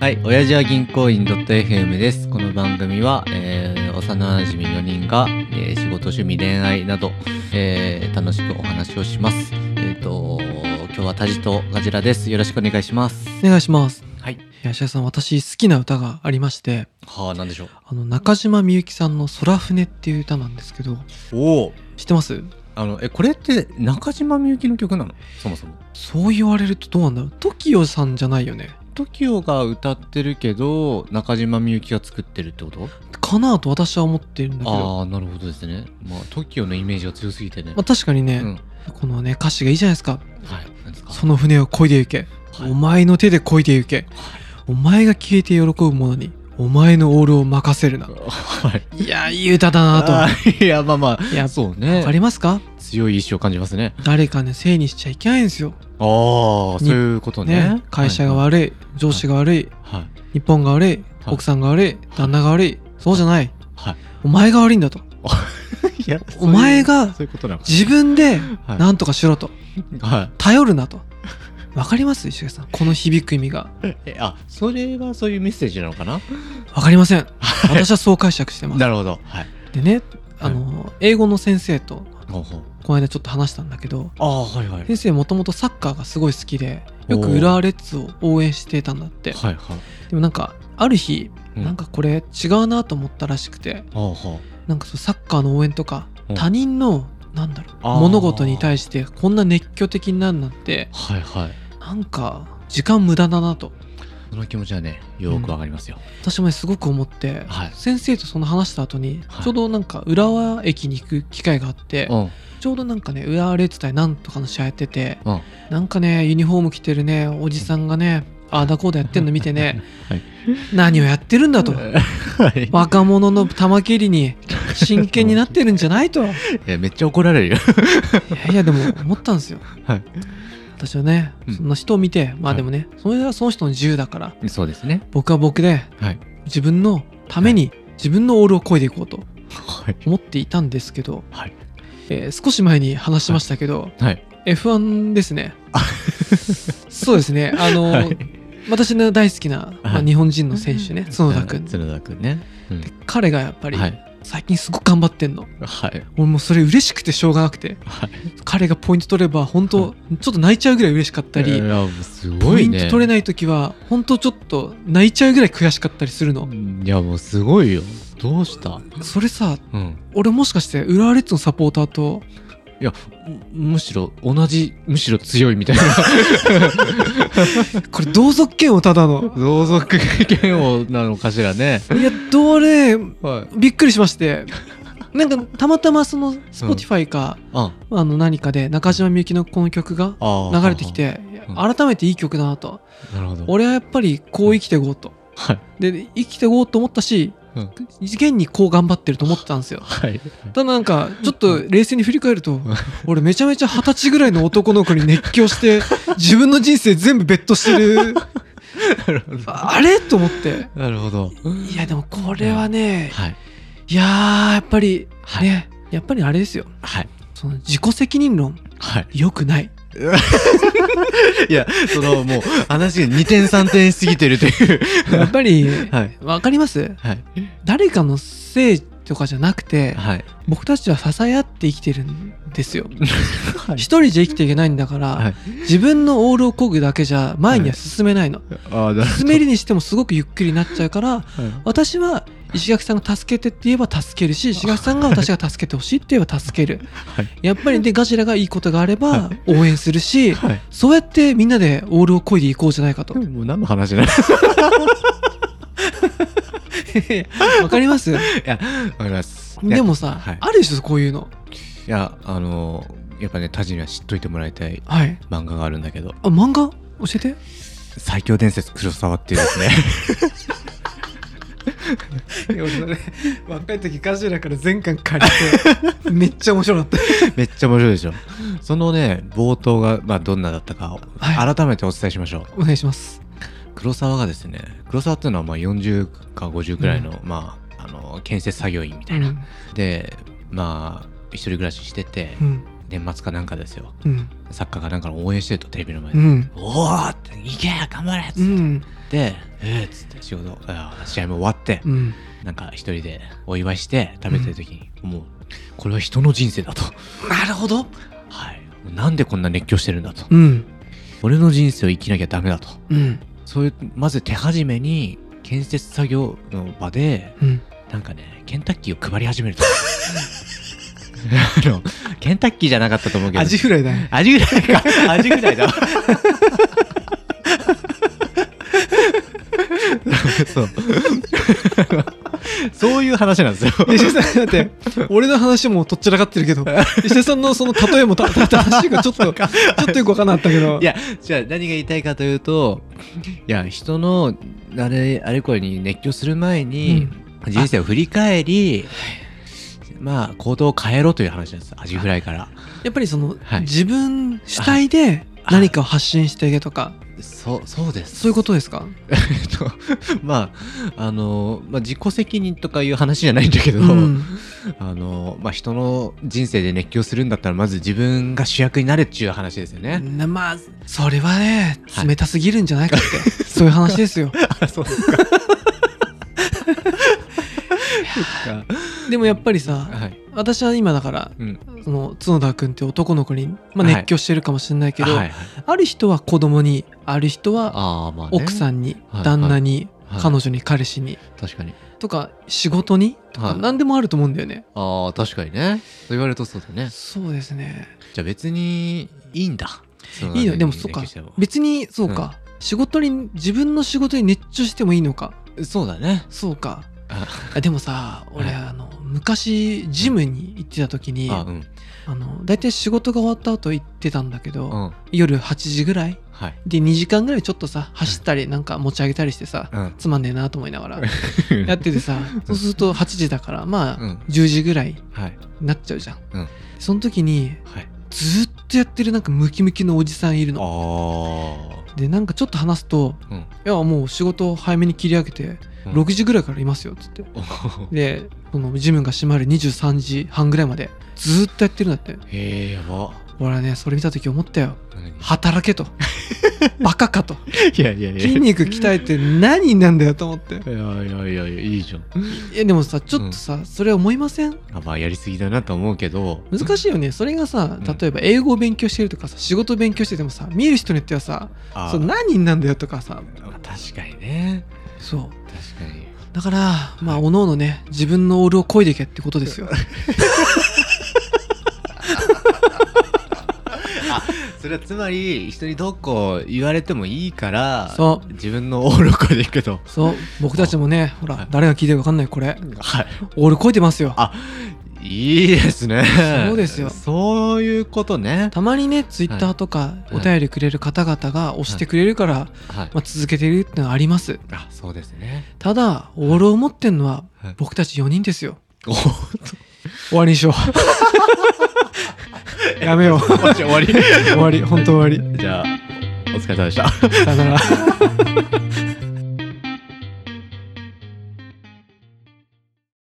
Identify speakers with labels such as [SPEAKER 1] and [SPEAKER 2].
[SPEAKER 1] はい、親父は銀行員 .fm です。この番組は、えー幼馴染4人が、えー仕事、趣味、恋愛など、えー楽しくお話をします。えっ、と、今日はタジとガジラです。よろしくお願いします。
[SPEAKER 2] お願いします。
[SPEAKER 1] はい。
[SPEAKER 2] いや、白井さん、私好きな歌がありまして、
[SPEAKER 1] はあ、なんでしょう。
[SPEAKER 2] あの、中島みゆきさんの空船っていう歌なんですけど、
[SPEAKER 1] おお、
[SPEAKER 2] 知ってます
[SPEAKER 1] あの、え、これって中島みゆきの曲なのそもそも。
[SPEAKER 2] そう言われるとどうなんだろう。TOKIO さんじゃないよね。
[SPEAKER 1] TOKIO が歌ってるけど、中島みゆきが作ってるってこと
[SPEAKER 2] かなと私は思ってるんだけど。
[SPEAKER 1] ああ、なるほどですね。まあ、TOKIO のイメージが強すぎてね。
[SPEAKER 2] まあ、確かにね、
[SPEAKER 1] うん
[SPEAKER 2] このね、歌詞がいいじゃないですか。
[SPEAKER 1] はい、なんですか。
[SPEAKER 2] その船を漕いで行け。
[SPEAKER 1] はい
[SPEAKER 2] お前の手で漕いで行け。お前が消えて喜ぶ者に、お前のオールを任せるな。
[SPEAKER 1] はい。
[SPEAKER 2] いや、いい歌だなと。
[SPEAKER 1] と。いや、まあま
[SPEAKER 2] いや
[SPEAKER 1] あ、、そうね
[SPEAKER 2] わか。りますか
[SPEAKER 1] 強い意志を感じますね。
[SPEAKER 2] 誰かね、せいにしちゃいけないんですよ。
[SPEAKER 1] ああ、そういうことね。
[SPEAKER 2] ね、会社が
[SPEAKER 1] い。
[SPEAKER 2] 悪い、上司が悪い、
[SPEAKER 1] はい。
[SPEAKER 2] 日本が悪い、
[SPEAKER 1] はい
[SPEAKER 2] 奥さんが悪い、旦那が悪い、そうじゃない。
[SPEAKER 1] はい。
[SPEAKER 2] お前が悪いんだと。
[SPEAKER 1] いや、
[SPEAKER 2] お前が
[SPEAKER 1] そういうことなのか。
[SPEAKER 2] 自分
[SPEAKER 1] は
[SPEAKER 2] で
[SPEAKER 1] い
[SPEAKER 2] 何とかしろと。
[SPEAKER 1] は
[SPEAKER 2] 頼るなと。わかります石垣さん。この響く意味が。
[SPEAKER 1] い。 えあ、それはそういうメッセージなのかな
[SPEAKER 2] わかりません。私はそう解釈してます
[SPEAKER 1] な。るほど。はい。
[SPEAKER 2] でね、あの、英語の先生と、
[SPEAKER 1] ほうほう
[SPEAKER 2] この間ちょっと話したんだけど、
[SPEAKER 1] ああ、はいはい。
[SPEAKER 2] 先生もともとサッカーがすごい好きで、よ
[SPEAKER 1] お
[SPEAKER 2] く
[SPEAKER 1] ー
[SPEAKER 2] 浦和レッズを応援してたんだって。
[SPEAKER 1] はいはい。
[SPEAKER 2] でもなんか、ある日、
[SPEAKER 1] う
[SPEAKER 2] なん。かこれ違うなと思ったらしくて、
[SPEAKER 1] ほうほう。
[SPEAKER 2] なんかそうサッカーの応援とか
[SPEAKER 1] うん
[SPEAKER 2] 他人のなんだろ
[SPEAKER 1] あー
[SPEAKER 2] う物事に対してこんな熱狂的になるなんて
[SPEAKER 1] はいはい。
[SPEAKER 2] なんか時間無駄だなと
[SPEAKER 1] その気持ちはね、よーくわかりますよ。
[SPEAKER 2] 私もねすごく思って、
[SPEAKER 1] はい
[SPEAKER 2] 先生とその話した後に、
[SPEAKER 1] はい
[SPEAKER 2] ちょうどなんか浦和駅に行く機会があって、
[SPEAKER 1] うん。
[SPEAKER 2] ちょうどなんかね浦和レッズ対なんとかの試合やってて、
[SPEAKER 1] うん
[SPEAKER 2] なんかねユニフォーム着てるねおじさんがね、ああだこうだやってんの見てね、
[SPEAKER 1] はい
[SPEAKER 2] 何をやってるんだと
[SPEAKER 1] はい。
[SPEAKER 2] 若者の玉切りに真剣になってるんじゃないと。
[SPEAKER 1] いやめっちゃ怒られるよ。
[SPEAKER 2] いやいやでも思ったんですよ
[SPEAKER 1] はい
[SPEAKER 2] 私はね
[SPEAKER 1] うん
[SPEAKER 2] そんな人を見て、ま
[SPEAKER 1] は
[SPEAKER 2] あ
[SPEAKER 1] い
[SPEAKER 2] でもねそれはその人の自由だから
[SPEAKER 1] そうですね。
[SPEAKER 2] 僕は僕で
[SPEAKER 1] はい。
[SPEAKER 2] 自分のために自分のオールを漕いでいこうと
[SPEAKER 1] はい。
[SPEAKER 2] 思っていたんですけど、
[SPEAKER 1] はい。
[SPEAKER 2] えー少し前に話しましたけど、
[SPEAKER 1] はい。
[SPEAKER 2] F1 ですね そうですねあの、
[SPEAKER 1] はい
[SPEAKER 2] 私の大好きな、ま
[SPEAKER 1] は
[SPEAKER 2] あ、
[SPEAKER 1] い
[SPEAKER 2] 日本人の選手ね角田君
[SPEAKER 1] 角田くんね。うん
[SPEAKER 2] 彼がやっぱり
[SPEAKER 1] はい。
[SPEAKER 2] 最近すごく頑張ってんの
[SPEAKER 1] はい。
[SPEAKER 2] 俺もうそれ嬉しくてしょうがなくて
[SPEAKER 1] はい。
[SPEAKER 2] 彼がポイント取れば本当ちょっと泣いちゃうぐらい嬉しかったり、
[SPEAKER 1] いやす
[SPEAKER 2] ポ
[SPEAKER 1] ご
[SPEAKER 2] イ
[SPEAKER 1] い
[SPEAKER 2] ン
[SPEAKER 1] ね。
[SPEAKER 2] ト取れない時は本当ちょっと泣いちゃうぐらい悔しかったりするの
[SPEAKER 1] いやもうすごいよ。どうした
[SPEAKER 2] それさ
[SPEAKER 1] うん。
[SPEAKER 2] 俺もしかして浦和レッズのサポーターと
[SPEAKER 1] いや、むむしろ同じ、むしろ強いみたい な。
[SPEAKER 2] これ同族権をただの
[SPEAKER 1] 同族嫌悪なのかしらね。
[SPEAKER 2] いやどれ
[SPEAKER 1] はい。
[SPEAKER 2] びっくりし ましてなんかたまたまその Spotify か、
[SPEAKER 1] あ、
[SPEAKER 2] あの何かで中島みゆきのこの曲が
[SPEAKER 1] あー
[SPEAKER 2] 流れてき。て
[SPEAKER 1] うん
[SPEAKER 2] 改めていい曲だなと
[SPEAKER 1] なるほど。
[SPEAKER 2] 俺はやっぱりこう生きていこうと
[SPEAKER 1] はい。
[SPEAKER 2] で生きていこうと思ったし
[SPEAKER 1] うん
[SPEAKER 2] 現にこう頑張ってると思ってたんですよ
[SPEAKER 1] はい。
[SPEAKER 2] ただなんかちょっと冷静に振り返ると俺めちゃめちゃ二十歳ぐらいの男の子に熱狂 して自分の人生全部ベットしてる
[SPEAKER 1] なるほど。
[SPEAKER 2] ああれと思って
[SPEAKER 1] なるほど。
[SPEAKER 2] いやでもこれはね
[SPEAKER 1] はい。
[SPEAKER 2] いやーやっぱりねやっぱりあれですよ
[SPEAKER 1] はい。
[SPEAKER 2] その自己責任論
[SPEAKER 1] はい。
[SPEAKER 2] 良くない
[SPEAKER 1] いや、そのもう話が2点3点しすぎてるという。
[SPEAKER 2] やっぱ り
[SPEAKER 1] はい。
[SPEAKER 2] わかります
[SPEAKER 1] はい。
[SPEAKER 2] 誰かのせいとかじゃなくて
[SPEAKER 1] はい。
[SPEAKER 2] 僕たちは支え合って生きてるんですよ
[SPEAKER 1] は
[SPEAKER 2] 一人じゃ生きていけないんだから、
[SPEAKER 1] はい
[SPEAKER 2] 自分のオールを漕ぐだけじゃ前には進めないの、
[SPEAKER 1] ああ、なる
[SPEAKER 2] 進めりにしてもすごくゆっくりになっちゃうから
[SPEAKER 1] ほど。
[SPEAKER 2] 私は石垣さんが助けてって言えば助けるし石垣さんが私が助けてほしいって言えば助ける、
[SPEAKER 1] はい
[SPEAKER 2] やっぱり でガジラがいいことがあれば応援するし、
[SPEAKER 1] はい。
[SPEAKER 2] そうやってみんなでオールをこいでいこうじゃないかと
[SPEAKER 1] もう何の話だい
[SPEAKER 2] わかります
[SPEAKER 1] や、わかります。
[SPEAKER 2] でもさ、
[SPEAKER 1] はい
[SPEAKER 2] あるでしょこういうの
[SPEAKER 1] いや、あのー、やっぱね、タジには知っといてもらいたい
[SPEAKER 2] はい
[SPEAKER 1] 漫画があるんだけど、
[SPEAKER 2] あ漫画教えて
[SPEAKER 1] 最強伝説黒沢っていうですね。
[SPEAKER 2] 若い時ガジラから全巻借り てめっちゃ面白かった
[SPEAKER 1] めっちゃ面白いでしょ。そのね、冒頭が、まあ、どんなだったか、
[SPEAKER 2] は
[SPEAKER 1] 改めてお伝えしましょう。
[SPEAKER 2] お願いします
[SPEAKER 1] 黒沢がですね、黒沢っていうのは、まあ、40か50くらいの、まあ、あの、建設作業員みたいな。
[SPEAKER 2] うん
[SPEAKER 1] で、まあ、一人暮らししてて、
[SPEAKER 2] うん
[SPEAKER 1] 年末かなんかですよ
[SPEAKER 2] うん
[SPEAKER 1] サッカーかなんかの応援してるとテレビの前
[SPEAKER 2] う
[SPEAKER 1] で
[SPEAKER 2] ん
[SPEAKER 1] 「おお!」って「いけ頑張れ!」っつ
[SPEAKER 2] う
[SPEAKER 1] っ
[SPEAKER 2] ん
[SPEAKER 1] て「えーっつって仕事あー試合も終わって
[SPEAKER 2] うん
[SPEAKER 1] なんか一人でお祝いして食べてる時にもうこれは人の人生だと
[SPEAKER 2] なるほど
[SPEAKER 1] はいなんでこんな熱狂してるんだと
[SPEAKER 2] うん
[SPEAKER 1] 俺の人生を生きなきゃダメだと
[SPEAKER 2] うん
[SPEAKER 1] そういうまず手始めに建設作業の場で
[SPEAKER 2] うん
[SPEAKER 1] なんかねケンタッキーを配り始 めるとあのケンタッキーじゃなかったと思うけど
[SPEAKER 2] アジフライ だね
[SPEAKER 1] アジぐらいかアジぐらいだ そうそういう話なんですよ
[SPEAKER 2] 石井さんだって俺の話もとっちらかってる けど石井さんのその例えもた正しいかちょっとちょっとよく分かんなかったけど
[SPEAKER 1] いやじゃあ何が言いたいかという といや人のあれあれこれに熱狂する前に、人生を振り返りまあ行動を変えろという話なんですアジフライから
[SPEAKER 2] やっぱりその、
[SPEAKER 1] はい
[SPEAKER 2] 自分主体で
[SPEAKER 1] あ
[SPEAKER 2] 何かを発信していけとか
[SPEAKER 1] そうそうです
[SPEAKER 2] そういうことですか
[SPEAKER 1] えっとまああの、まあ、自己責任とかいう話じゃないんだけど、
[SPEAKER 2] うん
[SPEAKER 1] あのまあ、人の人生で熱狂するんだったらまず自分が主役になれっちゅう話ですよね。
[SPEAKER 2] なまあそれはね
[SPEAKER 1] はい
[SPEAKER 2] 冷たすぎるんじゃないかって、 そういう話ですよ
[SPEAKER 1] あそうですか。
[SPEAKER 2] でもやっぱりさ
[SPEAKER 1] はい。
[SPEAKER 2] 私は今だから
[SPEAKER 1] うん。
[SPEAKER 2] その角田君って男の子に、まあ、
[SPEAKER 1] はい
[SPEAKER 2] 熱狂してるかもしれないけど、
[SPEAKER 1] はいはい、
[SPEAKER 2] ある人は子供にある人は
[SPEAKER 1] ああまあ、ね、
[SPEAKER 2] 奥さ
[SPEAKER 1] ん
[SPEAKER 2] んに、
[SPEAKER 1] はい
[SPEAKER 2] 旦那に、
[SPEAKER 1] はい
[SPEAKER 2] 彼女に彼氏に
[SPEAKER 1] 確かに。
[SPEAKER 2] とか仕事にとか、
[SPEAKER 1] はい
[SPEAKER 2] 何でもあると思うんだよね
[SPEAKER 1] ああ確かにね。そう言われるとそうだね。
[SPEAKER 2] そうですね
[SPEAKER 1] じゃあ別にいいんだ。
[SPEAKER 2] いいのでもそうか別にそうか、仕事に自分の仕事に熱中してもいいのか
[SPEAKER 1] そうだね。
[SPEAKER 2] そうか
[SPEAKER 1] あ
[SPEAKER 2] あでもさ俺、
[SPEAKER 1] はい
[SPEAKER 2] あの昔ジムに行ってた時に、
[SPEAKER 1] あうんうん
[SPEAKER 2] あの大体仕事が終わった後行ってたんだけど、
[SPEAKER 1] はい
[SPEAKER 2] 夜8時ぐらい
[SPEAKER 1] はい。
[SPEAKER 2] で2時間ぐらいちょっとさ走ったりなんか持ち上げたりしてさ、
[SPEAKER 1] うん。
[SPEAKER 2] つまんねえなと思いながらやっ ててさそうすると8時だからまあ、
[SPEAKER 1] うん
[SPEAKER 2] 10時ぐらい
[SPEAKER 1] はい
[SPEAKER 2] になっちゃうじゃん、
[SPEAKER 1] うん
[SPEAKER 2] その時に
[SPEAKER 1] はい。
[SPEAKER 2] ずーっとやってるなんかムキムキのおじさんいる
[SPEAKER 1] あ
[SPEAKER 2] の
[SPEAKER 1] あ
[SPEAKER 2] でなんかちょっと話すと
[SPEAKER 1] うん。
[SPEAKER 2] 「いやもう仕事早めに切り上げて
[SPEAKER 1] うん
[SPEAKER 2] 6時ぐらいからいますよ」っつってでそのジムが閉まる23時半ぐらいまでずーっとやってるんだって
[SPEAKER 1] へえやば。
[SPEAKER 2] 俺はねそれ見た時思ったよ
[SPEAKER 1] 何
[SPEAKER 2] 働 けとバカかと
[SPEAKER 1] いやいやいや。
[SPEAKER 2] 筋肉鍛えて何なんだよと思って
[SPEAKER 1] いやいやいやいやいいじゃん。
[SPEAKER 2] いやでもさちょっとさ、それ思いません
[SPEAKER 1] あまあやりすぎだなとは思うけど
[SPEAKER 2] 難しいよねそれがさ
[SPEAKER 1] うん
[SPEAKER 2] 例えば英語を勉強してるとかさ仕事を勉強しててもさ見える人によってはさ
[SPEAKER 1] あ
[SPEAKER 2] それ何人なんだよとかさ
[SPEAKER 1] 確かにね
[SPEAKER 2] そう
[SPEAKER 1] 確かに
[SPEAKER 2] だからまあおのおのね自分のオールを漕いでいけってことですよ
[SPEAKER 1] それはつまり人にどうこう言われてもいいから
[SPEAKER 2] そう
[SPEAKER 1] 自分のオールを超えていくと
[SPEAKER 2] そう僕たちもねほ
[SPEAKER 1] は
[SPEAKER 2] ら
[SPEAKER 1] い
[SPEAKER 2] 誰が聞いてるか分かんないこれ
[SPEAKER 1] は
[SPEAKER 2] オール漕いでますよ
[SPEAKER 1] あいいいですね
[SPEAKER 2] そうですよ
[SPEAKER 1] そういうことね
[SPEAKER 2] たまにねツイッターとか
[SPEAKER 1] はい
[SPEAKER 2] お便りくれる方々が押してくれるから、
[SPEAKER 1] はい
[SPEAKER 2] まあ、続けてるってのはあります
[SPEAKER 1] あそうですね
[SPEAKER 2] ただオールを持ってんのは
[SPEAKER 1] はい
[SPEAKER 2] 僕たち4人ですよ
[SPEAKER 1] お
[SPEAKER 2] 終わりにしよ うやめよう
[SPEAKER 1] マジ終わり
[SPEAKER 2] 終わり本当終わ
[SPEAKER 1] じゃあお疲れ様でした
[SPEAKER 2] りさよなら